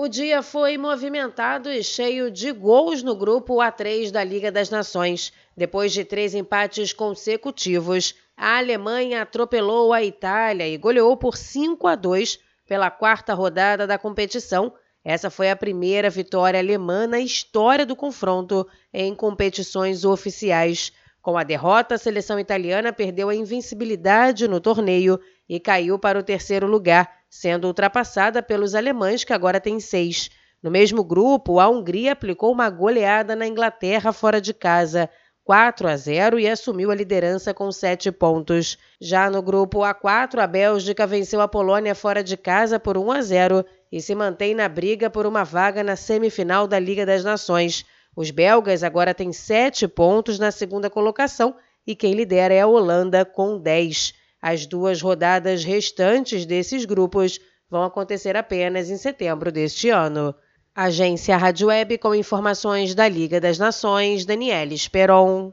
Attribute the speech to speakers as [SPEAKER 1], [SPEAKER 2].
[SPEAKER 1] O dia foi movimentado e cheio de gols no grupo A3 da Liga das Nações. Depois de três empates consecutivos, a Alemanha atropelou a Itália e goleou por 5 a 2 pela quarta rodada da competição. Essa foi a primeira vitória alemã na história do confronto em competições oficiais. Com a derrota, a seleção italiana perdeu a invencibilidade no torneio e caiu para o terceiro lugar, sendo ultrapassada pelos alemães, que agora têm seis. No mesmo grupo, a Hungria aplicou uma goleada na Inglaterra fora de casa, 4 a 0, e assumiu a liderança com sete pontos. Já no grupo A4, a Bélgica venceu a Polônia fora de casa por 1 a 0 e se mantém na briga por uma vaga na semifinal da Liga das Nações. Os belgas agora têm sete pontos na segunda colocação e quem lidera é a Holanda com 10. As duas rodadas restantes desses grupos vão acontecer apenas em setembro deste ano. Agência Rádio Web com informações da Liga das Nações, Daniela Esperon.